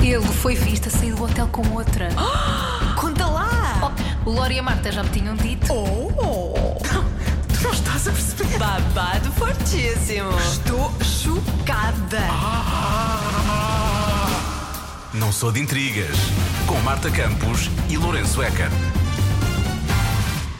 Ele foi visto a sair do hotel com outra. Conta lá! Oh, o Lori e a Marta já me tinham dito. Oh! Tu não estás a perceber? Babado fortíssimo! Estou chocada. Não sou de intrigas. Com Marta Campos e Lourenço Eker.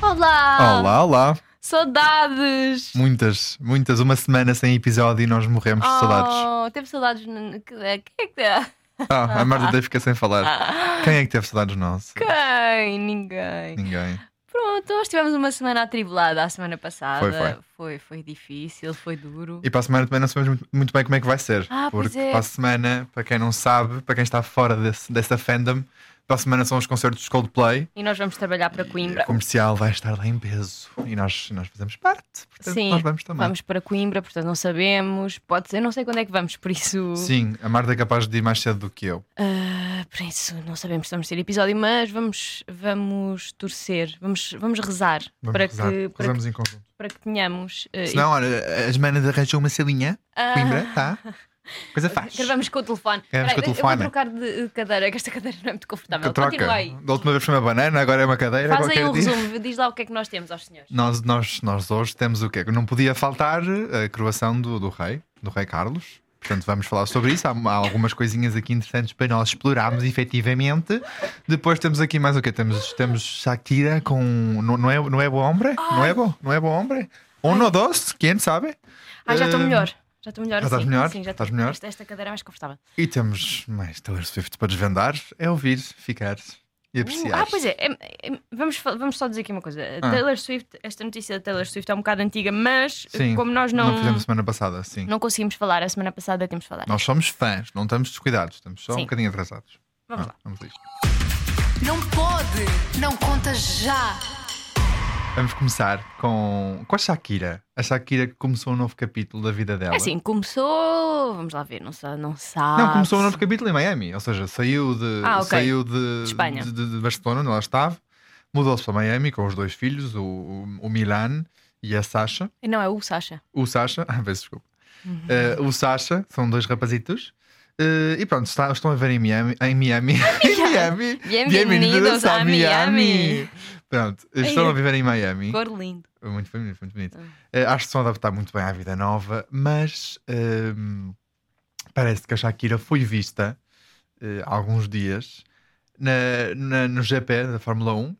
Olá! Olá, olá. Saudades! Muitas, muitas. Uma semana sem episódio e nós morremos de saudades. Oh, teve saudades. n- que- é, Quem é que é? Ah, a Marta até fica sem Ah. falar. Quem é que teve saudades nós? Quem? Ninguém. Ninguém. Pronto, nós tivemos uma semana atribulada a semana passada. Foi, foi. Foi, foi difícil, foi duro. E para a semana também não sabemos muito- muito bem como é que vai ser. Ah, pois porque é. para a semana, para quem não sabe, para quem está fora desse- dessa fandom, para a semana são os concertos de Coldplay. E nós vamos trabalhar para E é Coimbra. o comercial vai estar lá em peso. E nós, nós fazemos parte. Portanto, Sim, nós vamos também. Vamos para Coimbra, portanto não sabemos. Pode ser, não sei quando é que vamos, por isso. Sim, a Marta é capaz de ir mais cedo do que eu. Ah, por isso não sabemos se vamos ter episódio, mas vamos, vamos torcer, vamos, vamos rezar Vamos para, rezar. Que, para, que, Rezamos em conjunto. para que tenhamos. eh, Se não, olha, as manas arranjam uma salinha. Ah. Coimbra, tá? Coisa faz. Gravamos com o telefone. Gravamos Espera aí, com o Eu telefone. é. vou trocar de de cadeira, que esta cadeira não é muito confortável. Que troca. Continua aí. Da última vez foi uma banana, agora é uma cadeira. Faz aí qualquer um dia. resumo, diz lá o que é que nós temos aos senhores. Nós, nós, nós hoje temos o quê? Não podia faltar a coroação do, do rei, do rei Carlos. Portanto, vamos falar sobre isso. Há, há algumas coisinhas aqui interessantes para nós explorarmos, efetivamente. Depois temos aqui mais o quê? Temos, temos Shakira com. Não, não, é, não é bom homem? Não é bom? Não é bom homem? Um no doce, quem sabe? Ah, já estou Ah, melhor. Já estou melhor já estás assim. melhor? Sim, já Estás estou- melhor? Esta, esta cadeira é mais confortável. E temos mais Taylor Swift para desvendar. É ouvir, ficar e Uh, apreciar. ah, pois é. é- é- vamos, fa- vamos só dizer aqui uma coisa. A Ah. Taylor Swift, esta notícia da Taylor Swift é um bocado antiga, mas Sim, como nós não, Não fizemos semana passada, sim. não conseguimos falar a semana passada, temos de falar. Nós somos fãs, não estamos descuidados, estamos só Sim. um bocadinho atrasados. Vamos Ah, lá. vamos, a isto. Não pode! Não conta já! Vamos começar com, com a Shakira. A Shakira que começou um novo capítulo da vida dela. É assim, começou. Vamos lá ver, não, sa- não sabe. Não, começou um novo capítulo em Miami, ou seja, saiu de, Ah, ok. saiu de, Espanha. de- de- de Barcelona, onde ela estava, mudou-se para Miami com os dois filhos, o, o Milan e a Sasha. Não, é o Sasha. O Sasha, ah, peço desculpa. Uhum. Eh, o Sasha, são dois rapazitos. Eh, e pronto, está- estão a ver em Miami. Em Miami. em Miami. Bienvenidos a Miami. Pronto, estão Ai, a viver em Miami. Cor lindo. Muito bonito, muito bonito. Ah. Eh, acho que estão a adaptar muito bem à vida nova, mas ehm, parece que a Shakira foi vista eh, há alguns dias na- na- no GP da Fórmula 1.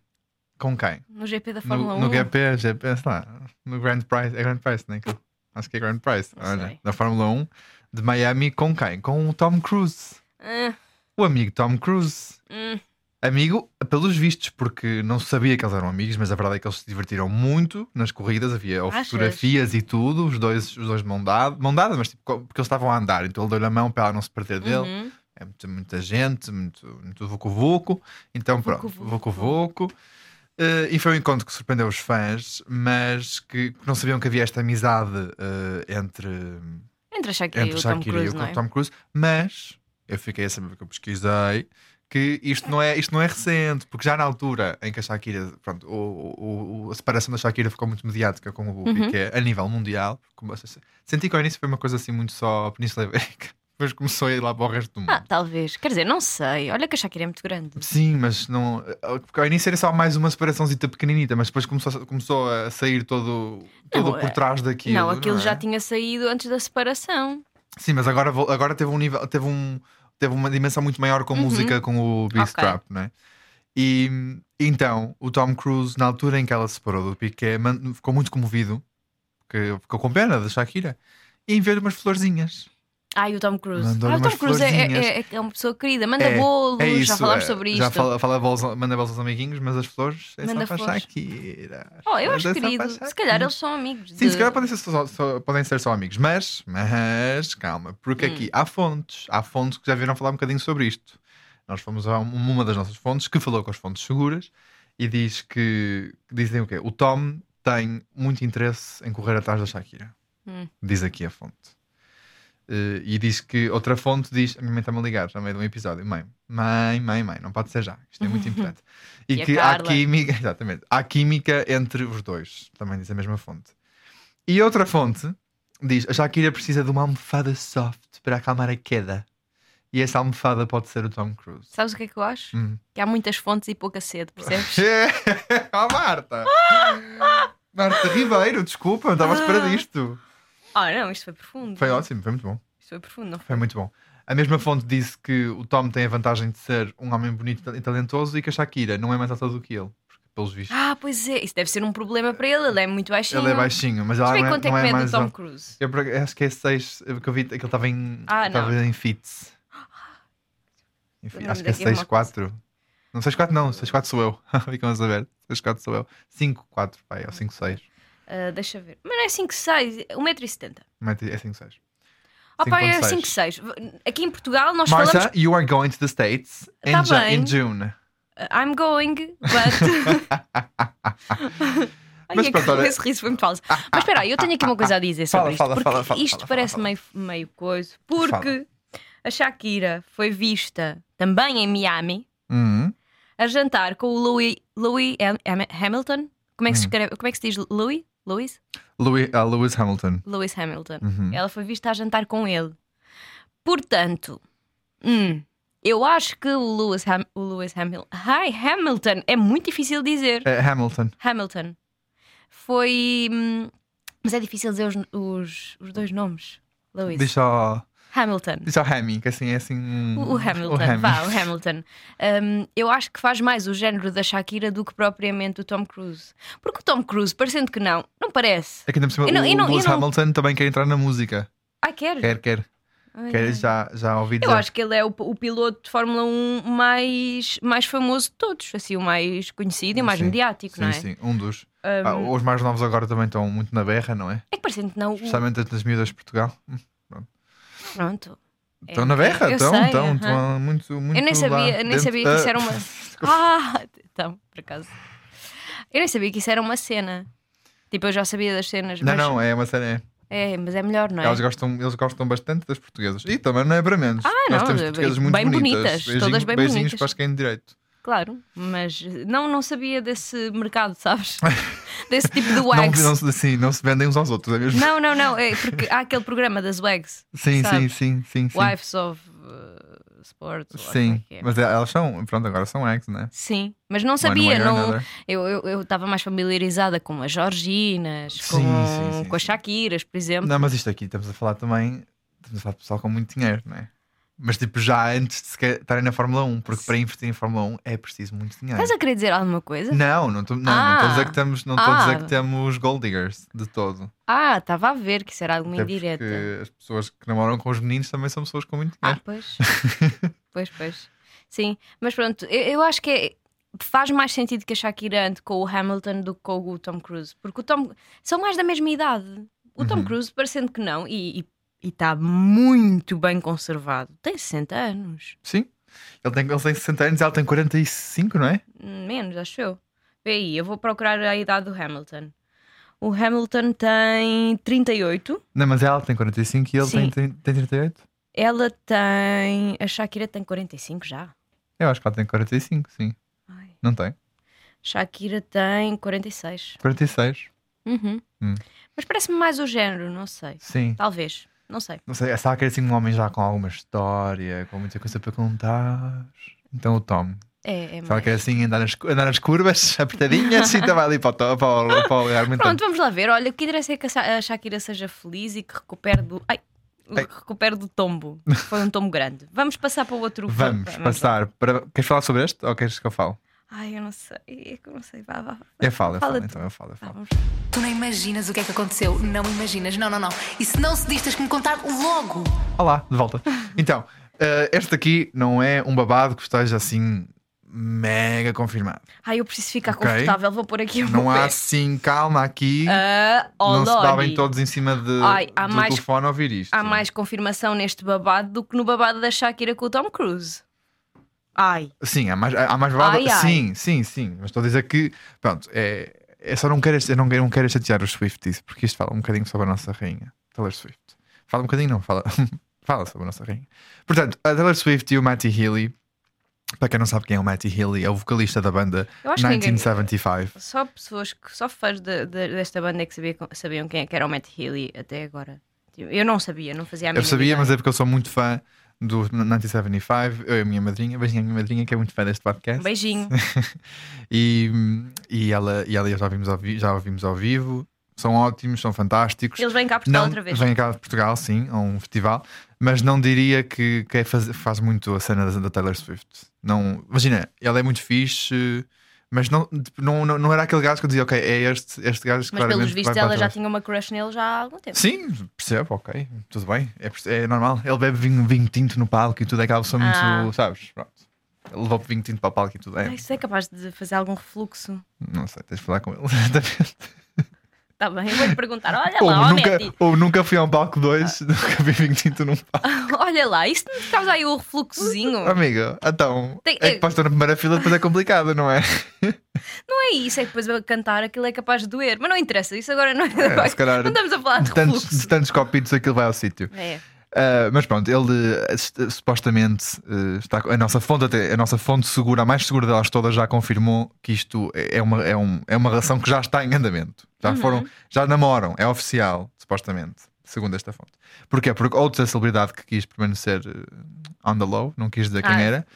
Com quem? No GP da Fórmula No, no 1. GP, GP, sei lá, no Grand Prize, é Grand Prize, não é? aquilo? Acho que é Grand Prize, Não olha, sei. da Fórmula 1 de Miami com quem? Com o Tom Cruise, Ah, o amigo Tom Cruise. hum. Amigo, pelos vistos, porque não se sabia que eles eram amigos, mas a verdade é que eles se divertiram muito nas corridas, havia Achas? fotografias e tudo, os dois, os dois de mão dada, mão dada, mas tipo, co- porque eles estavam a andar, então ele deu-lhe a mão para ela não se perder dele. Uhum. É muita, muita gente, muito, muito vucu-vucu. Então, pronto, Vucu-vucu. vucu-vucu. Eh, e foi um encontro que surpreendeu os fãs, mas que que não sabiam que havia esta amizade eh, entre, Entre a Shakira entre e o Tom Shakira e Cruise, o não é? Tom Cruise. Mas eu fiquei a saber porque eu pesquisei que isto não é, isto não é recente, porque já na altura em que a Shakira, pronto, o- o- o- a separação da Shakira ficou muito mediática com o Uhum. Piqué é a nível mundial. Como- Senti que ao início foi uma coisa assim muito só a Península Ibérica. Depois começou a ir lá para o resto do mundo. Ah, talvez. Quer dizer, não sei. Olha que a Shakira é muito grande. Sim, mas não. eh, Porque ao início era só mais uma separaçãozinha pequeninita, mas depois começou, a- começou a sair todo, todo Não, é- por trás daquilo. não, aquilo é? já tinha saído antes da separação. Sim, mas agora, vo- agora teve um nível. Teve, um, teve uma dimensão muito maior com a Uhum. música, com o Big Ok. Strap, não é? E então, o Tom Cruise, na altura em que ela se separou do Piqué, man- ficou muito comovido, porque ficou com pena da Shakira, e enviou-lhe umas florzinhas. Ah, e o Tom Cruise. Mandou-lhe Ah, o Tom umas Cruise é, florzinhas. é, é uma pessoa querida. Manda É, bolos. É isso, já falámos é, sobre isto. Já fala, fala bolos- manda bolos aos amiguinhos, mas as flores é Manda só para a flores. Shakira. Oh, eu Mas acho é só para querido. Shakira. Se calhar eles são amigos. Sim, de- se calhar podem ser só, só- podem ser só amigos, mas, mas calma, porque aqui há fontes, há fontes que já viram falar um bocadinho sobre isto. Nós fomos a um- uma das nossas fontes que falou com as fontes seguras e diz que dizem o quê? O Tom tem muito interesse em correr atrás da Shakira. Hum. Diz aqui a fonte. Eh, e diz que outra fonte diz: A minha mãe está-me a ligar, já no meio de um episódio. Mãe, mãe, mãe, mãe, não pode ser já. Isto é muito importante. E, Uhum. E a que há Carla. química, exatamente, há química entre os dois. Também diz a mesma fonte. E outra fonte diz: A Shakira precisa de uma almofada soft para acalmar a queda. E essa almofada pode ser o Tom Cruise. Sabes o que é que eu acho? Hum. Que há muitas fontes e pouca sede, percebes? oh, Marta! Marta Ribeiro, desculpa, não estava à espera disto. Ah, não, isto foi profundo. Foi ótimo, foi muito bom. Isto foi profundo, não foi? Foi muito bom. A mesma fonte disse que o Tom tem a vantagem de ser um homem bonito e talentoso e que a Shakira não é mais alta do que ele. Porque, pelos vistos, Ah, pois é. Isso deve ser um problema para ele. Ele é muito baixinho. ele é baixinho, mas ela Mas não bem é, quanto é que não é mede o mais Tom alta. Cruise? Eu por- acho que é 6, que eu vi que ele estava em, Ah, estava em fits. Eu Enfim, não acho me que é daqui a uma 6, 4. Não, 6, 4 não, 6, 4 sou eu. Ficam a saber. 6, 4 sou eu. 5, 4, pai, ou 5, 6. Ah, deixa ver. Mas não é 5'6, 1,70m. É 5, 6. Oh, pá, é 5,6. 5'6. Aqui em Portugal nós Marta, falamos. you are going to the States in, Tá Ju- bem. in June. "Ah, I'm going, but. Ai, Mas é que pronto, olha- esse riso foi muito falso. Mas espera aí, eu tenho aqui uma coisa a dizer Fala, sobre fala, isto. fala, porque fala, isto fala, fala, parece fala. meio, meio coisa. Porque a Shakira foi vista também em Miami Uhum. a jantar com o Louis, Louis Ham- Ham- Hamilton. Como é Hum. que se escreve? Como é que se diz Louis? Louis? Louis, ah, Lewis Hamilton. Lewis Hamilton. Uhum. Ela foi vista a jantar com ele. Portanto, hum, eu acho que o Lewis, Ham- o Lewis Hamilton. Hi, Hamilton! É muito difícil dizer. É Hamilton. Hamilton. Foi. hum, mas é difícil dizer os, os, os dois nomes. Lewis. Diz só, Hamilton. diz só Hammy, que assim é assim. um- O, o Hamilton, Hammy. vá, o Hamilton. Hum, eu acho que faz mais o género da Shakira do que propriamente o Tom Cruise. Porque o Tom Cruise, parecendo que não, não parece. É que ainda por cima, Eu não- o- eu não- o Lewis eu não- Hamilton também quer entrar na música. Ai, quero. Quer, quer. Ai, quer ai. já, já ouvi dizer. é. Eu acho que ele é o, o piloto de Fórmula 1 mais, mais famoso de todos, assim, o mais conhecido e o mais Sim. mediático, sim, não é? sim, um dos. Ah, os mais novos agora também estão muito na berra, não é? É que parecendo que não. o- Especialmente as das miúdas de Portugal. Pronto. É. Estão na berra, Eu estão, sei, estão, aham. estão muito, muito. Eu nem lá sabia, eu nem dentro. sabia que isso Ah, era uma. Ah, então, por acaso. Eu nem sabia que isso era uma cena. Tipo, eu já sabia das cenas, Não, mas não, é uma cena. é. é, mas é melhor, não é? Eles, gostam, eles gostam bastante das portuguesas. E também não é para menos. Ah, Nós não, temos bem- portuguesas muito bem bonitas. bonitas, Beijinho- todas bem beijinhos bonitas. para as que têm direito. Claro, mas não, não sabia desse mercado, sabes? desse tipo de Não, wags. não, se- assim, não se vendem uns aos outros, é mesmo? Não, não, não, é porque há aquele programa das wags. sim, sim, sabes? sim, sim, sim. Wives of uh, Sports. ou Sim, o que é que é. mas elas são, pronto, agora são ex, né? Sim, mas não One way sabia, or não. another. Eu estava eu, estava mais familiarizada com as Georginas, Sim, com, sim, sim, com as sim. Shakiras, por exemplo. Não, mas isto aqui estamos a falar também, estamos a falar de pessoal com muito dinheiro, não é? Mas tipo, já antes de sequer estarem na Fórmula 1, porque para investir em Fórmula 1 é preciso muito dinheiro. Estás a querer dizer alguma coisa? Não, não estou não, não estou a dizer Ah. que temos, não estou a dizer Ah. que temos gold diggers de todo. Ah, estava a ver que isso era alguma Até indireta. É porque as pessoas que namoram com os meninos também são pessoas com muito Ah, dinheiro. pois. pois, pois. Sim, mas pronto, eu, eu acho que é- faz mais sentido que a Shakira ande com o Hamilton do que com o Tom Cruise, porque o Tom são mais da mesma idade. O Tom Cruise, parecendo que não, e está muito bem conservado, tem 60 anos, Sim. Ele tem, ele tem 60 anos e ela tem 45, não é? menos, acho eu. Vê aí, eu vou procurar a idade do Hamilton. O Hamilton tem 38. Não, mas ela tem 45 e ele Sim. tem, tem, tem 38? Ela tem. A Shakira tem 45 já. Eu acho que ela tem 45, sim. Ai. Não tem? Shakira tem 46. 46. Uhum. Hum. Mas parece-me mais o género, não sei. Sim. Talvez, não sei. Não sei, estava a querer assim um homem já com alguma história, com muita coisa para contar. Então o Tom. É, é Estava a mais. querer assim andar nas, andar nas curvas apertadinhas e estava ali para o, to- para o, para o lugar muito Pronto, vamos lá ver. Olha, o que interessa é que a Sa- a Shakira seja feliz e que recupere do. Ai! Ai. Recupere do tombo. Foi um tombo grande. Vamos passar para o outro. Vamos lá. passar para. Queres falar sobre este ou queres que eu fale? Ai, eu não sei. É que eu não sei. Vá, vá. vá. Eu falo, eu Fala falo, tu. então eu falo, eu falo. Vamos. Tu não imaginas o que é que aconteceu. Não imaginas. Não, não, não. E se não se diz, tens que me contar logo. Olá, de volta. Então, eh, este aqui não é um babado que esteja assim mega confirmado. Ai, eu preciso ficar Ok. confortável. Vou pôr aqui o meu Não há pé. assim calma aqui. Ah, oh, não se babem Lori. todos em cima de, Ai, há do mais- telefone a ouvir isto. Há mais confirmação neste babado do que no babado da Shakira com o Tom Cruise. Ai. Sim, há mais, há mais babado. Ai, ai. Sim, sim, sim. Mas estou a dizer que, pronto, é, é só não quero, eu não quero, não quero chatear os Swifties, porque isto fala um bocadinho sobre a nossa rainha, Taylor Swift. Fala um bocadinho, não, fala, fala sobre a nossa rainha. Portanto, a Taylor Swift e o Matty Healy, para quem não sabe quem é o Matty Healy, é o vocalista da banda Eu acho que ninguém- 1975. Só pessoas que só fãs de- de- desta banda é que sabia- sabiam quem é que era o Matt Healy até agora. Tipo, Eu não sabia, não fazia a Eu mínima sabia, ideia. mas é porque eu sou muito fã do 1975, eu e a minha madrinha, beijinho à minha madrinha, que é muito fã deste podcast. Um beijinho. E, e ela, e ela e eu já ouvimos ao, vi- já ouvimos ao vivo. São ótimos, são fantásticos. Eles vêm cá a Portugal outra vez. Vêm cá a Portugal, sim, a um festival. Mas não diria que, que é faz, faz muito a cena da, da Taylor Swift. Não, imagina, ela é muito fixe, mas não, tipo, não, não, não era aquele gajo que eu dizia, ok, é este, este gajo Mas que pelos claramente vai vistos para ela já trás." tinha uma crush nele já há algum tempo. Sim, percebo, ok, tudo bem, é, perce- é normal. Ele bebe vinho, vinho tinto no palco e tudo, é aquela pessoa Ah. muito, sabes? Pronto. Ele levou vinho tinto para o palco e tudo, é, Ai, isso é capaz de fazer algum refluxo. não sei, tens de falar com ele. exatamente. Está Tá bem, eu vou-lhe perguntar: olha ou, lá, Ah. ó nunca, Betty, ou nunca fui a um palco 2, nunca vi vinho tinto num palco. olha lá, isso não te causa aí o refluxozinho? Amiga, então, Hum. Tem- é que para estar na primeira fila depois é complicado, não é? Não é isso, é que depois a cantar aquilo é capaz de doer. Mas não interessa, isso agora não é. É, se calhar- não estamos a falar de De tantos, Ah, refluxo. de tantos copitos aquilo vai ao sítio. É. Ah, mas pronto, ele eh, s- supostamente eh, está co- a nossa fonte até, a nossa fonte segura, a mais segura delas todas, já confirmou que isto é é uma, é um, é uma relação que já está em andamento. Já foram, já namoram, é oficial, supostamente, segundo esta fonte. Porquê? Porque outra celebridade que quis permanecer eh, on the low, não quis dizer quem Ah. era,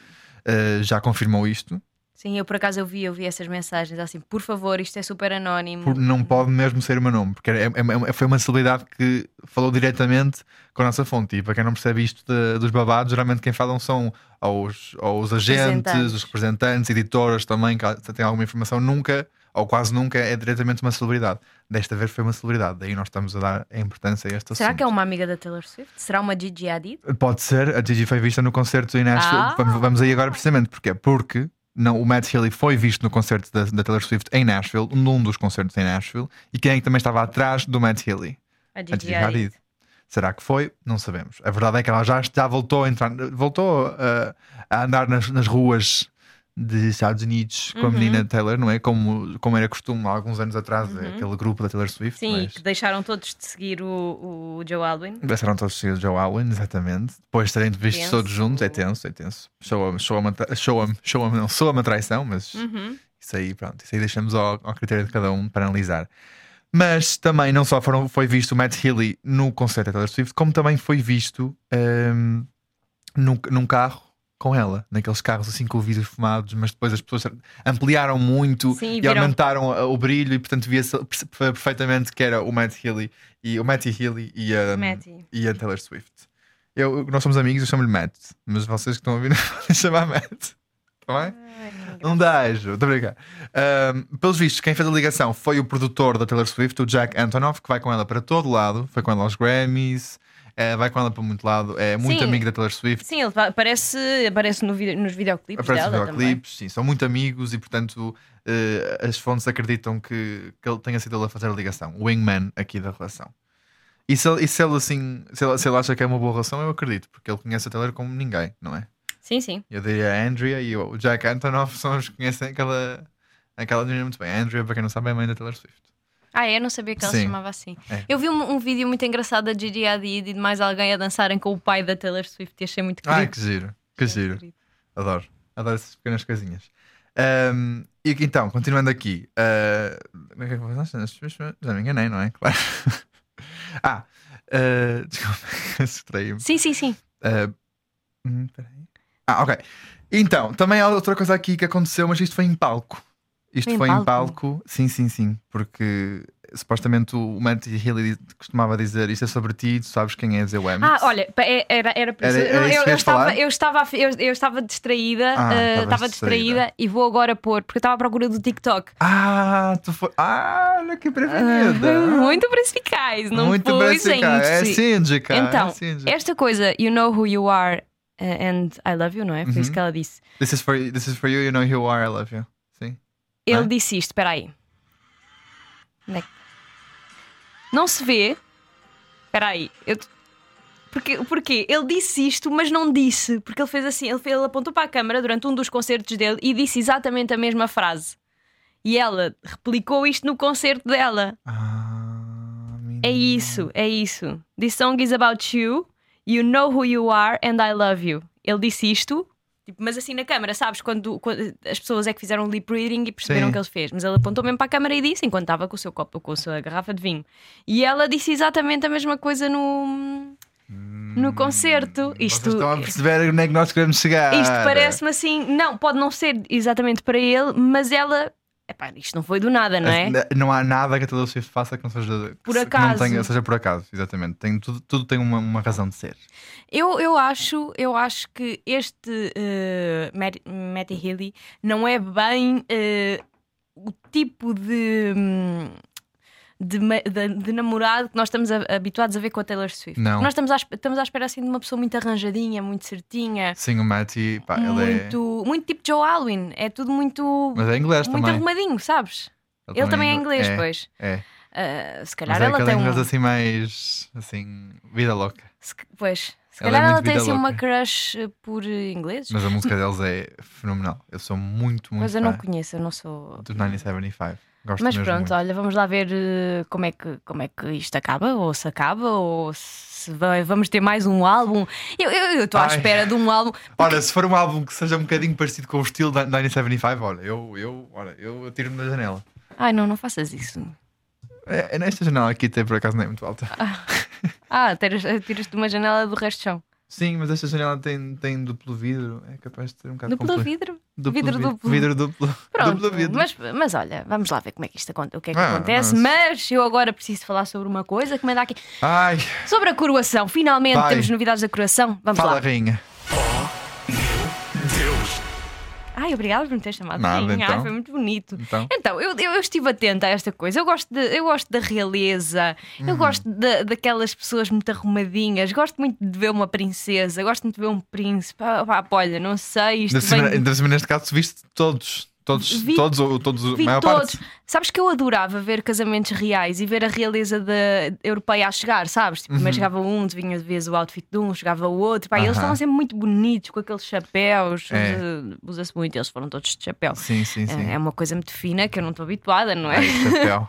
eh, já confirmou isto. Sim, eu por acaso eu vi, eu vi essas mensagens assim, por favor, isto é super anónimo. Por- não pode mesmo ser o meu nome, porque é- é- é- foi uma celebridade que falou diretamente com a nossa fonte. E para quem não percebe isto de- dos babados, geralmente quem falam são aos, aos agentes, Representantes. os representantes, editoras também, que se têm alguma informação, nunca ou quase nunca é diretamente uma celebridade. Desta vez foi uma celebridade, daí nós estamos a dar a importância a esta Será que é uma amiga da Taylor Swift? Será uma Gigi Hadid? Pode ser, a Gigi foi vista no concerto em Nashville. Ah. Vamos, vamos aí agora precisamente porque Porque não, o Matt Healy foi visto no concerto da, da Taylor Swift em Nashville, num dos concertos em Nashville, e quem é que também estava atrás do Matt Healy? A Gigi, A Gigi Hadid. Hadid. Será que foi? Não sabemos. A verdade é que ela já, já voltou a entrar, voltou uh, a andar nas, nas ruas de Estados Unidos Uhum. com a menina Taylor, não é? Como, como era costume há alguns anos atrás, aquele grupo da Taylor Swift. Uhum. Sim, e mas... que deixaram todos de seguir o, o Joe Alwyn. Começaram todos seguidos ao Alwyn, exatamente. Depois de terem vistos Tenso. todos juntos, é tenso, é tenso. Show-me, show-me, show-me, show-me, não, soa-me a traição, Uhum. mas isso aí, pronto, isso aí deixamos ao, ao critério de cada um para analisar. Mas também não só foram, foi visto o Matt Healy no concerto da Taylor Swift, como também foi visto hum, num, num carro com ela, naqueles carros assim com vidros fumados, mas depois as pessoas ampliaram muito Sim, e e, viram- aumentaram a- o brilho e portanto via-se perce- perfeitamente que era o Matt Healy e o Matt Healy e a, Matty. e a Taylor Swift. Eu, nós somos amigos, eu chamo-lhe Matt, mas vocês que estão a ouvir não podem chamar Matt. Está bem? Um beijo, estou a brincar. Ahm, pelos vistos, quem fez a ligação foi o produtor da Taylor Swift, o Jack Antonoff, que vai com ela para todo lado, foi com ela aos Grammys, eh, vai com ela para muito lado, é muito Sim. amigo da Taylor Swift, Sim, ele aparece, aparece no vide- nos videoclipes aparece dela nos videoclipes, sim, são muito amigos e, portanto, eh, as fontes acreditam que, que ele tenha sido ele a fazer a ligação, o wingman aqui da relação. E se ele, e se ele assim, se ele, se ele acha que é uma boa relação, eu acredito, porque ele conhece a Taylor como ninguém, não é? também. Sim, sim. Eu diria a Andrea e o Jack Antonoff são os que conhecem aquela, aquela menina muito bem. A Andrea, para quem não sabe, é a mãe da Taylor Swift. Ah, é? Eu não sabia que ela Sim. se chamava assim. É. Eu vi um, um vídeo muito engraçado da Gigi Hadid e de mais alguém a dançarem com o pai da Taylor Swift e achei muito Ai, querido. que giro, que giro. Querido. Adoro, adoro essas pequenas coisinhas. Ahm, e que- então, continuando aqui, ah, como é que é que eu faço? já me enganei, não é? Claro. ah, ah, desculpa, distraí-me. Sim, sim, sim. Ah, hum, peraí. Ah, ok. Então, também há outra coisa aqui que aconteceu, mas isto foi em palco. Isto Foi em foi palco? em palco, sim, sim, sim, porque supostamente o Matt Healy costumava dizer isto é sobre ti, tu sabes quem és, eu amo. Ah, olha, pa- é- era, era por isso. Era- era Não, isso eu, que eu ias estava, falar? eu, estava, a fi- eu, eu estava distraída, Ah, eh, estavas estava distraída. distraída. e vou agora pôr, porque eu estava à procura do TikTok. Ah, tu foi. Ah, olha que prevenida! Uhum. Muito perspicaz, não Uhum. Muito fui, brasileira. É gente. síndica. Então, é síndica. esta coisa, you know who you are eh, and I love you, não é? Foi isso Uhum. que ela disse. This, is for, this is for you, you know who you are, I love you. Sim. Ele É? disse isto, espera aí. Onde é que- Não se vê. Espera aí. Eu... Porquê? Porquê? Ele disse isto, mas não disse. Porque ele fez assim, ele, ele apontou para a câmara durante um dos concertos dele e disse exatamente a mesma frase. E ela replicou isto no concerto dela. Ah, menina. É isso, é isso. This song is about you, you know who you are and I love you. Ele disse isto, tipo, mas assim na câmara, sabes? Quando, quando- as pessoas é que fizeram o lip reading e perceberam Sim. o que ele fez. Mas ele apontou mesmo para a câmara e disse, enquanto estava com o seu copo, com a sua garrafa de vinho. E ela disse exatamente a mesma coisa no. no concerto. Isto, Hum, Vocês estão a perceber onde é que nós queremos chegar. isto parece-me assim. Não, pode não ser exatamente para ele, mas ela. Epá, isto não foi do nada, não é? N- Não há nada que a Taylor Swift faça que não seja Por que acaso. Não tenha, seja por acaso, exatamente. Tem, tudo, tudo tem uma, uma razão de ser. Eu, eu acho, eu acho que este eh, Matt- Matty Healy não é bem eh, o tipo de, hum, de, ma- de- de namorado que nós estamos a- habituados a ver com a Taylor Swift. Não. Nós estamos à, esp- estamos à espera assim de uma pessoa muito arranjadinha, muito certinha, Sim, o Matty, pá, ele é. muito, muito tipo Joe Alwyn. É tudo muito, Mas é inglês muito também. arrumadinho, sabes? Ele, também é inglês, é, pois. É. Ah, se Mas calhar é ela aquele tem um. inglês assim mais. assim. vida louca. se ca- pois. Se Ela é calhar ela muito tem vida assim uma louca. crush eh, por eh, ingleses. Mas a música deles é fenomenal. Eu sou muito, muito Mas eu fã não conheço, eu não sou. dos 975. Gosto Mas mesmo pronto, muito. olha, vamos lá ver eh, como é, que, como é que isto acaba, ou se acaba, ou se vai- vamos ter mais um álbum. Eu eu- eu estou à Ai. espera de um álbum. Ora, se for um álbum que seja um bocadinho parecido com o estilo da 975, olha, eu, eu, olha, eu eu tiro-me da janela. Ai, não, não faças isso. É, é nesta janela aqui até por acaso não é muito alta. Ah, tiras- tiras-te de uma janela do resto do chão. Sim, mas esta janela tem, tem duplo vidro. É capaz de ter um bocado Duplo complicado. vidro. vidro duplo. Vidro duplo. Pronto, Duplo vidro. mas, mas olha, vamos lá ver como é que isto acontece, o que é que Ah, acontece. mas- Mas eu agora preciso falar sobre uma coisa que me dá aqui. Ai, Sobre a coroação, finalmente Vai. temos novidades da coroação. Vamos fala, lá. rainha. Deus! Ai, obrigada por me ter chamado. Nada, Sim, ai, então. foi muito bonito. Então. eu, eu- eu estive atenta a esta coisa. Eu gosto, de- eu gosto da realeza, Uhum. eu gosto da- daquelas pessoas muito arrumadinhas. Gosto muito de ver uma princesa, gosto muito de ver um príncipe. Ah, pá, olha, não sei, isto Ainda por cima- vem. ainda por cima, neste caso, tu viste todos. Todos, Vi- todos, ou todos, a Vi maior todos. parte. Sabes que eu adorava ver casamentos reais e ver a realeza da europeia a chegar, sabes? Tipo, primeiro chegava um, tu vinha de vez o outfit de um, chegava o outro. Pá, e Eles Uhum. Aham. estavam sempre muito bonitos com aqueles chapéus. É. usa- Usa-se muito, eles foram todos de chapéu. Sim, sim, sim. É uma coisa muito fina que eu não estou habituada, não é? Ai, chapéu.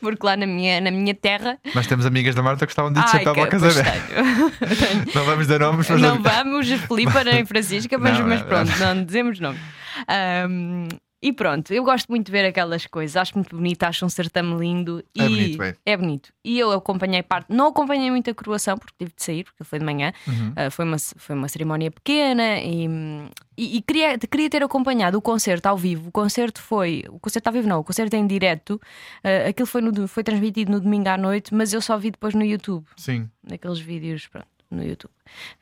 Porque lá na minha, na minha terra. Mas temos amigas da Marta que gostavam de ir de Ai, chapéu para o que- pois casamento. tenho. Tenho. Não vamos dar nomes, mas não vamos, Filipa nem Francisca, mas, Não, é mas não, pronto, não, dizemos nome. Ahm, e pronto, eu gosto muito de ver aquelas coisas, acho muito bonito, acho um certame lindo. É e bonito, é. é bonito. E eu acompanhei parte, não acompanhei muito a coroação porque tive de sair, porque foi de manhã, Uhum. Ah, foi, uma, foi uma cerimónia pequena e, e- e queria, queria ter acompanhado o concerto ao vivo. O concerto foi, o concerto ao vivo não, o concerto é em direto, Ah, aquilo foi, no do- foi transmitido no domingo à noite, mas eu só vi depois no YouTube Sim. naqueles vídeos pronto, no YouTube.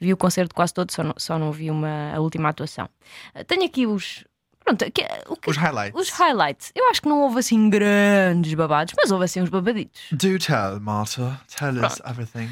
Vi o concerto quase todo, só não, só não vi uma, a última atuação. Ah, Tenho aqui os. Pronto, aqui, o que- Os highlights. os highlights. Eu acho que não houve assim grandes babados, mas houve assim uns babaditos. Do tell, Marta. Tell us everything.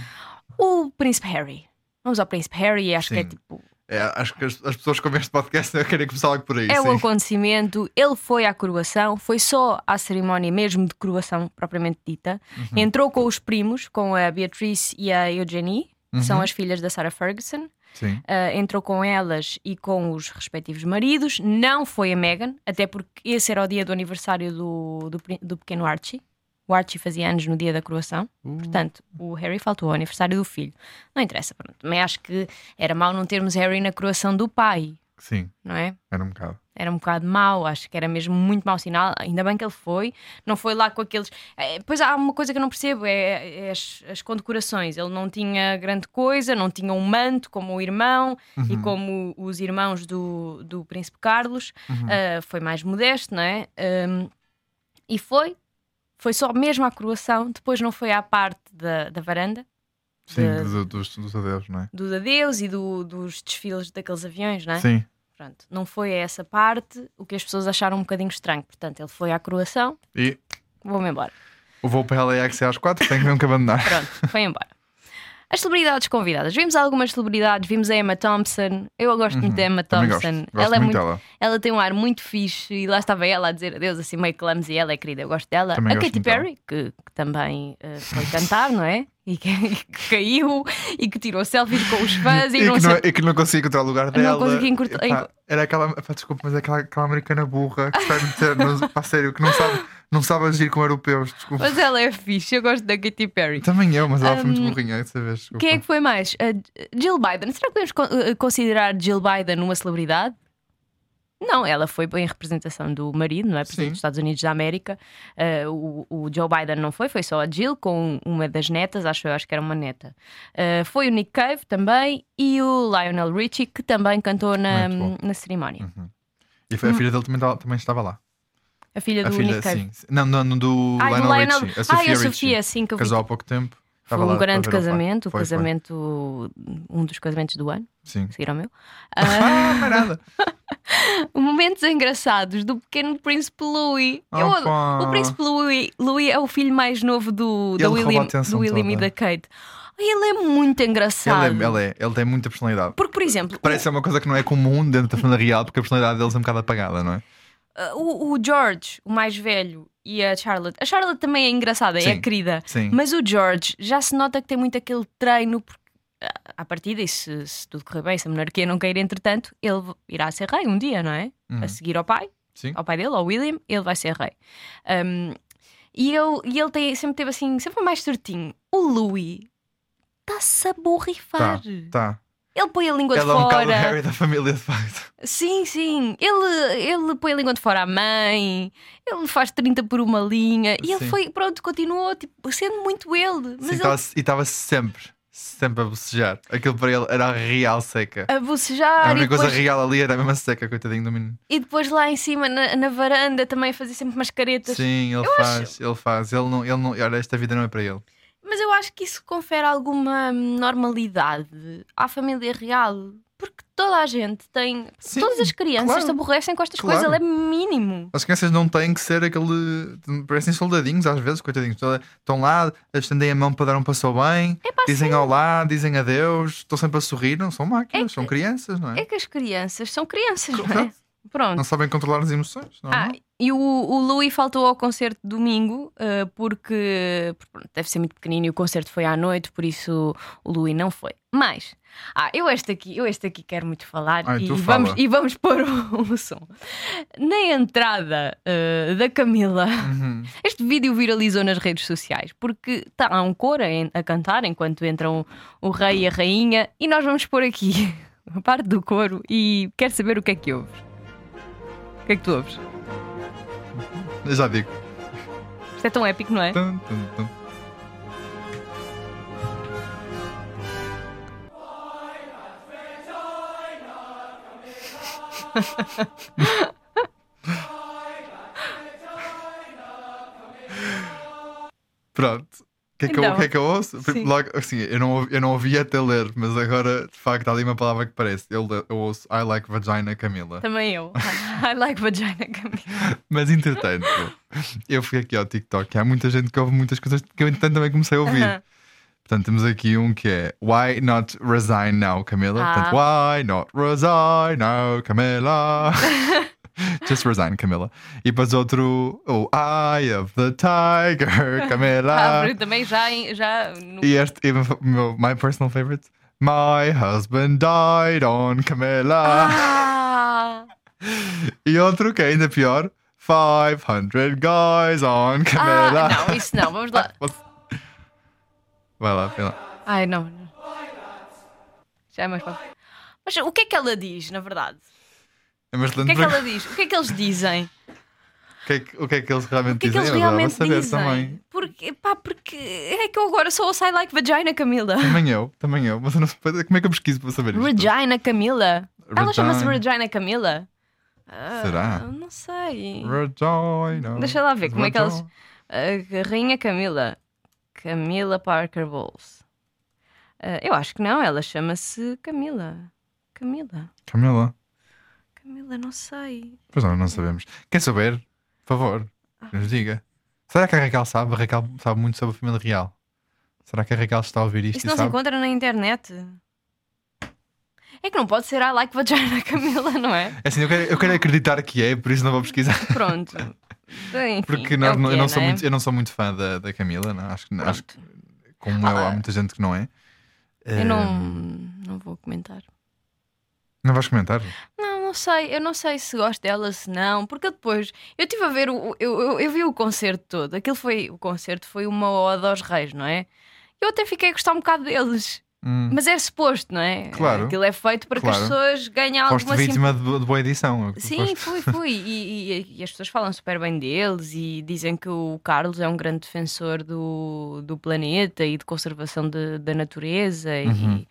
O Príncipe Harry. Vamos ao Príncipe Harry, acho que é Sim. tipo. É, acho que as, as pessoas que ouvem este podcast querem começar logo por aí. É o sim. acontecimento. Ele foi à coroação, foi só à cerimónia mesmo de coroação propriamente dita. Uhum. Entrou com os primos, com a Beatrice e a Eugenie, que Uhum. são as filhas da Sarah Ferguson. Sim. Ah, entrou com elas e com os respectivos maridos. Não foi a Meghan, até porque esse era o dia do aniversário do, do, pri- do pequeno Archie. O Archie fazia anos no dia da coroação, portanto, o Harry faltou ao aniversário do filho. Não interessa, pronto. Também acho que era mau não termos Harry na coroação do pai, Sim, não é? era um bocado. Era um bocado mau, acho que era mesmo muito mau sinal. Ainda bem que ele foi, não foi lá com aqueles. Eh, Pois há uma coisa que eu não percebo: é, é as, as condecorações. Ele não tinha grande coisa, não tinha um manto como o irmão e como os irmãos do, do Príncipe Carlos. Ah, foi mais modesto, não é? Ahm, e foi, foi só mesmo à coroação, depois não foi à parte da, da varanda, Sim, De- dos, dos, dos adeus, não é? dos adeus e do- dos desfiles daqueles aviões, não é? Sim. Pronto, não foi a essa parte o que as pessoas acharam um bocadinho estranho. Portanto, ele foi à coroação, E vou-me embora. o voo para LAX é às 4, tenho mesmo que abandonar. Pronto, foi embora. As celebridades convidadas. Vimos algumas celebridades, vimos a Emma Thompson. Eu gosto muito da Emma Uhum, também Thompson. gosto. Gosto é muito dela. ela tem um ar muito fixe e lá estava ela a dizer adeus, assim meio clumsy. Ela é querida, eu gosto dela. Também a gosto Katy muito dela. Perry, que, que também eh, foi cantar, não é? E que, que caiu e que tirou selfies com os fãs e, E não que, sei. não, é- e que não conseguia encontrar o lugar não dela. conseguia encurtar- Epá, era aquela. Epá, desculpa, mas é aquela, aquela americana burra que vai meter. não, pá, sério, que não sabe, não sabe agir com europeus. Desculpa. Mas ela é fixe, eu gosto da Katy Perry. Também eu, mas ela foi muito burrinha dessa vez. desculpa. Quem é que foi mais? A Jill Biden. Será que podemos con- eh, considerar Jill Biden uma celebridade? Não, ela foi em representação do marido, não é? Presidente Sim. dos Estados Unidos da América. Ah, o, o Joe Biden não foi, foi só a Jill com uma das netas, acho eu, acho que era uma neta. Ah, foi o Nick Cave também e o Lionel Richie, que também cantou na, Muito Uhum. na cerimónia. E foi, a filha dele também, tava- também estava lá. A filha a Hum. do filha, Nick Cave. sim. Não, não, não, do Ai, do Lionel, Lionel- Richie. Ai, A Sofia a Richie. Sofia, sim, que eu vi. Casou há pouco tempo. Foi Estava lá um para grande ver o pai. casamento, o Foi, foi. casamento, um dos casamentos do ano, Sim. a seguir ao meu. Ah, não é nada. Momentos engraçados do pequeno príncipe Louis. Eu Opa. adoro- o príncipe Louis, Louis é o filho mais novo do, da Ele rouba a William, do atenção William e toda. da Kate. Ele é muito engraçado. Ele, é, ele, é, ele tem muita personalidade. Porque, por exemplo, Parece ser uma coisa que não é comum dentro da família real, porque a personalidade deles é um bocado apagada, não é? o, o George, o mais velho, e a Charlotte. A Charlotte também é engraçada, é Sim, querida. sim. Mas o George já se nota que tem muito aquele treino. Porque, ah, à partida, e se, se tudo correr bem, se a monarquia não cair entretanto, ele irá ser rei um dia, não é? Uhum. A seguir ao pai. Sim. ao pai dele, ao William, ele vai ser rei. Um, e, eu, e ele tem- sempre teve assim, sempre foi mais certinho. O Louis está-se a borrifar. Tá, tá. Ele põe a língua Ela é de um bocado o fora. Harry da família, de facto. sim, sim. Ele, ele põe a língua de fora à mãe, ele faz 30 por uma linha. E ele Sim. foi, pronto, continuou tipo, sendo muito ele. Sim, tá assim. Mas ele tava- e estava sempre, sempre a bocejar. Aquilo para ele era a real seca. a A bocejar Ah, e única É coisa depois, real ali era a mesma seca, coitadinho do menino. e depois lá em cima, na, na varanda, também fazia sempre umas caretas. Sim, ele faz, ele faz. Ele não, ele não, olha, esta vida não é para ele. Mas eu acho que isso confere alguma normalidade à família real. Porque toda a gente tem. Sim, todas as crianças claro. se aborrecem com estas Claro. coisas. Ele é mínimo. As crianças não têm que ser aquele. Parecem soldadinhos às vezes, coitadinhos. Toda- Estão lá, estendem a mão para dar um passo bem, dizem olá, dizem adeus, estão sempre a sorrir. Não são máquinas, são crianças, não é? É que as crianças são crianças, não é? Correto. Pronto. Não sabem controlar as emoções. Não, é? Ah, e o, o Louis faltou ao concerto de domingo eh, porque porque, pronto, deve ser muito pequenino e o concerto foi à noite, por isso o Louis não foi. Mas ah, eu este aqui, eu este aqui quero muito falar Ai, e, tu vamos, fala. e vamos pôr o, o som. Na entrada eh, da Camila, este vídeo viralizou nas redes sociais porque está há um coro a, en- a cantar enquanto entram o rei e a rainha e nós vamos pôr aqui a parte do coro e quero saber o que é que ouves. O que é que tu ouves? Eu já digo. Isto é tão épico, não é? Tum, tum, tum. Pronto. O que, é que eu, Então, o que é que eu ouço? sim. Logo, assim, eu não, ouvi- eu não ouvi até ler, mas agora de facto há ali uma palavra que parece. Eu, le- eu ouço I like vagina Camila. Também eu. I like vagina, é Camila. Mas entretanto, eu fui aqui ao TikTok e há muita gente que ouve muitas coisas que eu entretanto também comecei a ouvir. Aham. Portanto, temos aqui um que é Why Not Resign Now, Camila? Ah. Portanto, Why Not Resign Now, Camila? Just resign, Camila. E depois outro, Oh, Eye of the Tiger, Ah, Camila. porque também já, em- já no- e este, e o meu, my personal favorite, My Husband Died on Camila. Ah! E outro que é ainda pior, 500 Guys on Ah, Camila. não, isso não, vamos lá. Vai lá, vai lá. Ai, não. não. Já é mais fácil. Mas o que é que ela diz, na verdade? É uma O que excelente é que ela pergunta. diz? O que é que eles dizem? O que é que- o que é que eles realmente O que é que eles dizem? Eu adorava realmente saber dizem? também. Porque, pá, porque é que eu agora sou o I like vagina, Camila. Também eu, também eu. Mas eu não sei como é que eu pesquiso para saber isto? Regina Camila. Ela Regina. chama-se Regina Camila? Será? Eu não sei. Regina. Deixa lá ver como é que elas. Regina. A rainha Camila. Camila Parker Bowles. Ah, eu acho que não, ela chama-se Camila. Camila. Camila, Camila, não sei. pois não, não sabemos. Quer saber? Por favor, nos diga. Será que a Raquel sabe? A Raquel sabe muito sobre a família real. Será que a Raquel está a ouvir isto Isso e não se sabe? encontra na internet. É que não pode ser I like vagina Camila, não é? É assim, eu quero, eu quero acreditar que é, por isso não vou pesquisar. Pronto. Enfim, Porque é nós o não- que é, eu, não sou é? muito, eu não sou muito fã da, da Camila, não. acho que acho que Pronto. como eu, há muita gente que não é. Ah. Eu não, Ehm, não vou comentar. Não vais comentar? Não, não sei. Eu não sei se gosto dela, se não, porque eu depois eu estive a ver o. Eu, eu, eu vi o concerto todo. Aquilo foi. O concerto foi uma ode aos reis, não é? Eu até fiquei a gostar um bocado deles. Hum, Mas é suposto, não é? Claro. Aquilo é feito para Claro. que as pessoas ganhem Foste alguma vítima de, bo- de boa edição. é eu assim- Sim, foste- fui, fui. E, e- e as pessoas falam super bem deles e dizem que o Carlos é um grande defensor do, do planeta e de conservação de- da natureza. e- Uhum.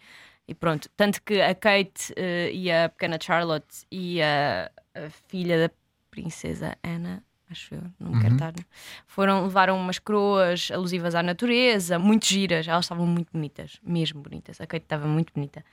E, pronto. Tanto que a Kate eh, e a pequena Charlotte e a, a filha da princesa Anna. Acho eu, não me quero Uhum. estar. Foram, levaram umas coroas alusivas à natureza, muito giras, elas estavam muito bonitas, mesmo bonitas. A Kate estava muito bonita.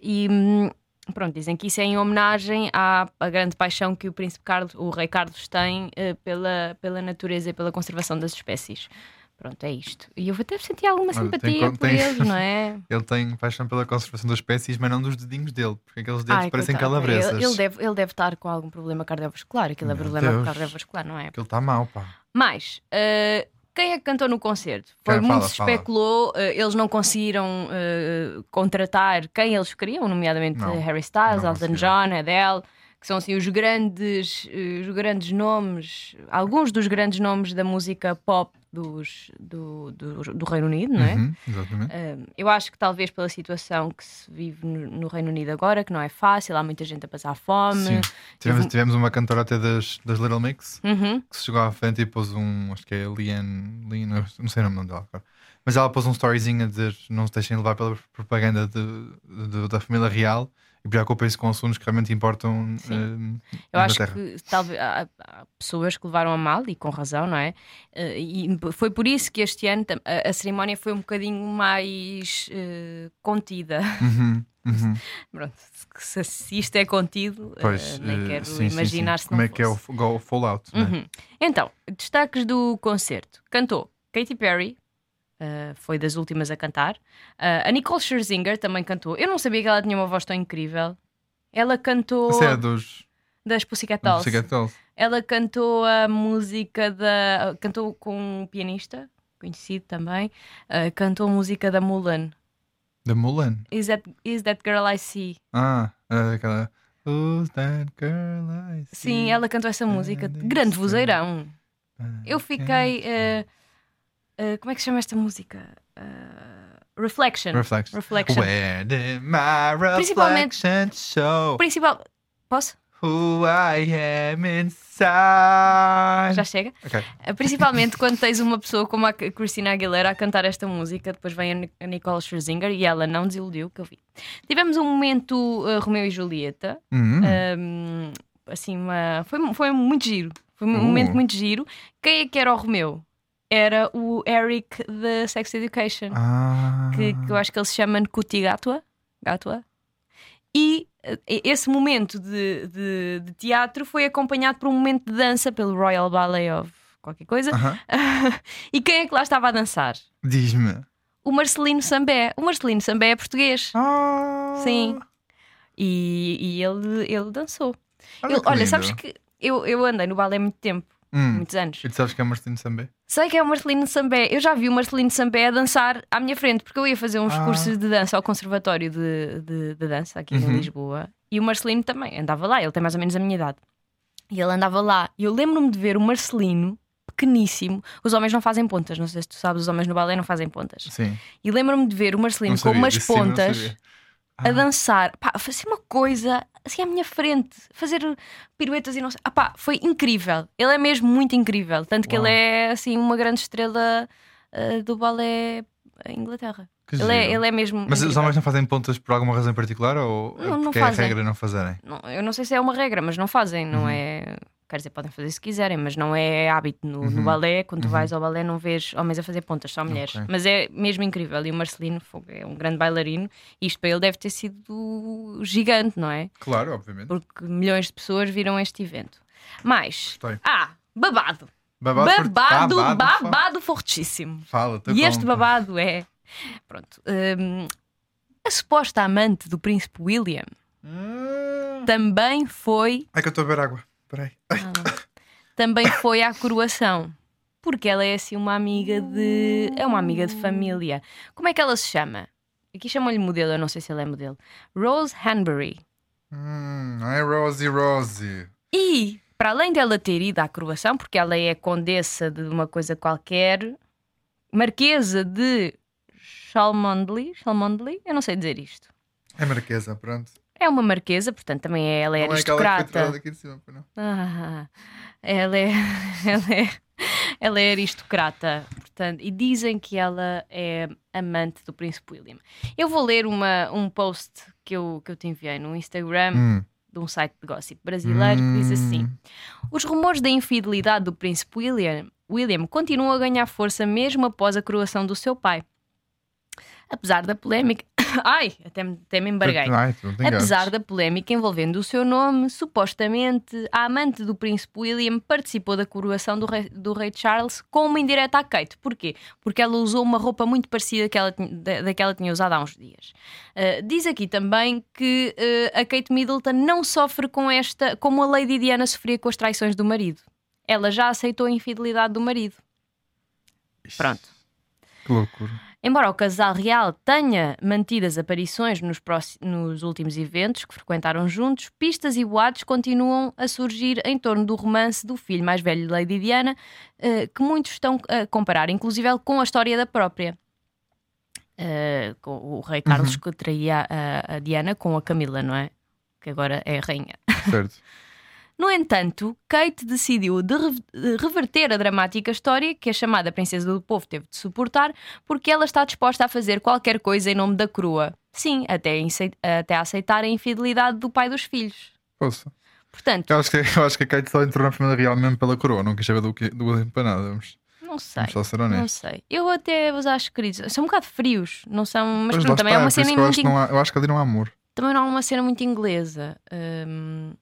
E hum, pronto, dizem que isso é em homenagem à, à grande paixão que o príncipe Carlos, o rei Carlos tem eh, pela, pela natureza e pela conservação das espécies. Pronto, é isto. E eu até senti alguma tem simpatia con- por tem- eles, não é? Ele tem paixão pela conservação das espécies, mas não dos dedinhos dele, porque aqueles dedos Ai, parecem coitado, é, calabresas. Ele, ele deve, ele deve estar com algum problema cardiovascular. Aquilo é Meu problema Deus. cardiovascular, não é? Aquilo está mal, pá. Mas eh, quem é que cantou no concerto? Foi Quem? muito Fala, se especulou, eh, eles não conseguiram eh, contratar quem eles queriam, nomeadamente Não, Harry Styles, não Elton conseguiram. John, Adele, que são assim os grandes, eh, os grandes nomes, alguns dos grandes nomes da música pop dos, do, do, do Reino Unido, não é? Uhum, exatamente. Um, eu acho que talvez pela situação que se vive no, no Reino Unido agora, que não é fácil, há muita gente a passar fome. Sim. Tivemos, tivemos uma cantora até das, das Little Mix Uhum. que se chegou à frente e pôs um, acho que é Lian, Lian não sei o nome dela agora, mas ela pôs um storyzinho a dizer não se deixem levar pela propaganda de- de- da família real e preocupem-se com assuntos que realmente importam Sim. eh, Eu na acho Terra. que talvez há, há pessoas que levaram a mal e com razão, não é? Eh, E foi por isso que este ano tam- a, a cerimónia foi um bocadinho mais eh, contida. Uhum, uhum. eh, Pronto, se, se isto é contido, eh, Pois, nem eh, quero sim, sim, sim. imaginar se como não é que é o, fosse. f- go- o Fallout. né? Uhum. Então, destaques do concerto. Cantou Katy Perry, eh, foi das últimas a cantar. Eh, a Nicole Scherzinger também cantou. Eu não sabia que ela tinha uma voz tão incrível. Ela cantou Essa é a dos das Pussycat dos Dolls. Pussycat Dolls. Ela cantou a música da. Cantou com um pianista conhecido também. eh, cantou a música da Mulan. Da Mulan. Is that, is that Girl I See? Ah, é aquela. Who's that girl I see? Ah, Sim, ela cantou essa música. Grande vozeirão. Eu fiquei. eh, eh, como é que se chama esta música? Eh, Reflection. Reflection. Reflection. Where did my Principalmente- reflection show Principal. Posso? who I am inside? Já chega? Ok. Eh, Principalmente quando tens uma pessoa como a Cristina Aguilera a cantar esta música, depois vem a Ni- a Nicole Scherzinger e ela não desiludiu, que eu vi. Tivemos um momento eh, Romeu e Julieta, Hum, Eh, Ahm, assim, uma... foi, foi muito giro. Foi um Uh. momento muito giro. Quem é que era o Romeu? Era o Eric da Sex Education, ah, que, que eu acho que ele se chama Nkuti Gatua. Gatua. E eh, esse momento de, de- de teatro foi acompanhado por um momento de dança pelo Royal Ballet of qualquer coisa. Aham. e quem é que lá estava a dançar? Diz-me. O Marcelino Sambé. O Marcelino Sambé é português. Ah, Sim. E, e ele, ele dançou. Olha, Ele- que olha, lindo. sabes que eu, eu andei no balé muito tempo, Hum. muitos anos. E tu sabes que é Marcelino Sambé? Sei que é o Marcelino Sambé. Eu já vi o Marcelino Sambé a dançar à minha frente, porque eu ia fazer uns Ah. cursos de dança ao Conservatório de, de, de Dança aqui Uhum. em Lisboa. E o Marcelino também andava lá, ele tem mais ou menos a minha idade. E ele andava lá. E eu lembro-me de ver o Marcelino, pequeníssimo. Os homens não fazem pontas, não sei se tu sabes, os homens no balé não fazem pontas. Sim. E lembro-me de ver o Marcelino Não com sabia, umas disse sim, mas não pontas sabia. Ah. a dançar, pá, fazer uma coisa assim à minha frente, fazer piruetas e não sei. Ah, pá, foi incrível. Ele é mesmo muito incrível. Tanto que Uau. ele é assim uma grande estrela ah, do balé em Inglaterra. Que Ele é, giro. ele é mesmo. Mas os incrível. homens não fazem pontas por alguma razão em particular ou Não, não porque é fazem. a regra não fazerem? Não, eu não sei se é uma regra, mas não fazem, Uhum. não é. Quer dizer, podem fazer se quiserem, mas não é hábito no, Uhum. no balé. Quando tu vais ao balé, não vês homens a fazer pontas, só mulheres. Ok. Mas é mesmo incrível. E o Marcelino fogo, é um grande bailarino. E isto para ele deve ter sido gigante, não é? Claro, obviamente. porque milhões de pessoas viram este evento. Mas, Gostei. ah, babado. Babado, Babado, babado, fa- fortíssimo. Fala, tu E este conta. babado é. Pronto. hum, a suposta amante do príncipe William Hum. também foi. Ai É que eu estou a beber água. Peraí. Também foi à coroação. Porque ela é assim uma amiga de. É uma amiga de família. Como é que ela se chama? Aqui chamam-lhe modelo, eu não sei se ela é modelo. Rose Hanbury. Hum, ai, Rosie, Rosie. E para além dela ter ido à coroação, porque ela é condessa de uma coisa qualquer, marquesa de Chalmondley, Chalmondley, eu não sei dizer isto. É marquesa, pronto. É uma marquesa, portanto também é- ela é não é aquela que foi aristocrata. tirada aqui de cima, pois não. Ah, ela é, ela é, ela é aristocrata, portanto, e dizem que ela é amante do príncipe William. Eu vou ler uma, um post que eu, que eu te enviei no Instagram Hum. de um site de gossip brasileiro que diz assim: Os rumores da infidelidade do príncipe William, William continuam a ganhar força mesmo após a coroação do seu pai. Apesar da polémica. Ai, até, me- até me embarguei. Ai, tu não te enganes. Apesar da polémica envolvendo o seu nome, supostamente a amante do príncipe William participou da coroação do rei, do rei Charles com uma indireta à Kate. Porquê? Porque ela usou uma roupa muito parecida que ela tinha- da, da que ela tinha usado há uns dias. Ah, diz aqui também que ah, a Kate Middleton não sofre com esta, como a Lady Diana sofria com as traições do marido. Ela já aceitou a infidelidade do marido. Pronto. Que loucura. Embora o casal real tenha mantido as aparições nos, próxi- nos últimos eventos que frequentaram juntos, pistas e boatos continuam a surgir em torno do romance do filho mais velho de Lady Diana, eh, que muitos estão a comparar, inclusive com a história da própria. Eh, com o rei Carlos que traía a, a Diana com a Camila, não é? Que agora é rainha. Certo. No entanto, Kate decidiu de re- de reverter a dramática história que a chamada Princesa do Povo teve de suportar, porque ela está disposta a fazer qualquer coisa em nome da crua. Sim, até, acei- até aceitar a infidelidade do pai dos filhos. Ouça. Portanto, Eu acho, que, eu acho que a Kate só entrou na família real mesmo pela coroa, não quis saber do, que, do William para nada. Vamos, né? não sei. vamos só ser Não honestos. sei. Eu até os acho queridos. São um bocado frios, não são. Mas Pois, pronto, lá também é está, uma por isso cena que eu, muito acho que não é- há- eu acho que ali não há amor. também não há uma cena muito inglesa. Hum,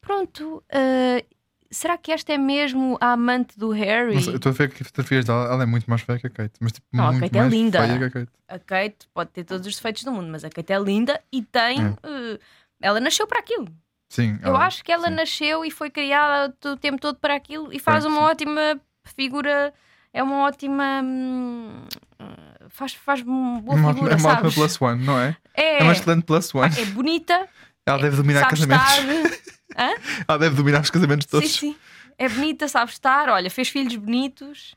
pronto. eh, será que esta é mesmo a amante do Harry? Não sei, eu estou a ver que fotografias dela, ela é muito mais feia que a Kate. Mas tipo, Não, a muito Kate é mais linda. feia que a Kate. a Kate pode ter todos os defeitos do mundo, mas a Kate é linda e tem. Hum. eh, ela nasceu para aquilo. Sim. é Eu acho que ela Ah, sim. nasceu e foi criada to- o tempo todo para aquilo e faz Certo, uma sim. ótima figura. É uma ótima. hum, eh, faz, faz uma boa uma, figura, é uma ótima sabes? plus one, não é? É, É uma excelente plus one. é bonita, ela deve dominar sabe casamentos. estar. Ela deve dominar os casamentos sim, todos. sim. É bonita, sabe estar. Olha, fez filhos bonitos.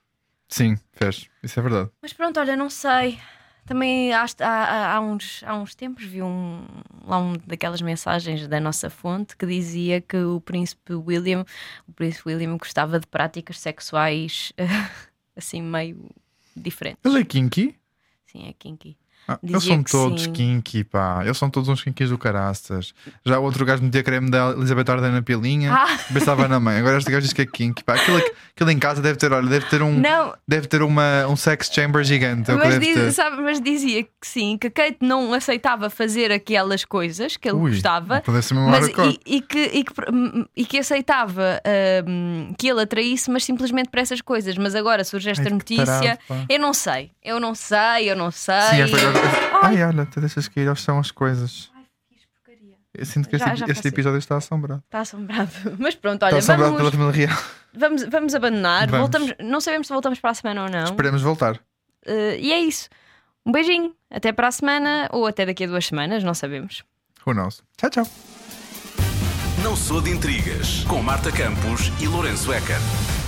Sim, fez. Isso é verdade. Mas pronto, olha, não sei. Também há, há, há, uns, há uns tempos vi um, lá um daquelas mensagens da nossa fonte que dizia que o príncipe William, o príncipe William gostava de práticas sexuais assim meio diferentes. Ele é kinky? Sim, é kinky. Ah, Dizia eles são que todos sim. kinky, pá. Eles são todos uns kinkies do caraças. Já o outro gajo metia creme da Elizabeth Arden na pilinha, Ah. pensava na mãe. Agora este gajo diz que é kinky, pá. Aquilo, aquilo em casa deve ter, olha, deve ter um, Não, deve ter uma, um sex chamber gigante. é o que mas, deve diz- ter. sabe, mas dizia que sim, que a Kate não aceitava fazer aquelas coisas que ele Ui, gostava, Deve ser mesmo um Mas hardcore. e, e que, e, que, hum, e que aceitava hum, que ele atraísse, mas simplesmente para essas coisas. Mas agora surge esta Ai, que notícia. tarado, pá. eu não sei, eu não sei, eu não sei. Sim, esta agora- Ai, olha, tu deixas cair, eles são as coisas. Eu sinto que Já- este, já este faço isso. episódio está assombrado. Está Tá assombrado. Mas pronto, Está olha, Tá assombrado vamos, pela família real. vamos, vamos abandonar. Vamos. Voltamos, não sabemos se voltamos para a semana ou não. Esperemos voltar. Eh, e é isso. Um beijinho. Até para a semana ou até daqui a duas semanas, não sabemos. Who knows? Tchau, tchau. Não sou de intrigas com Marta Campos e Lourenço Eker.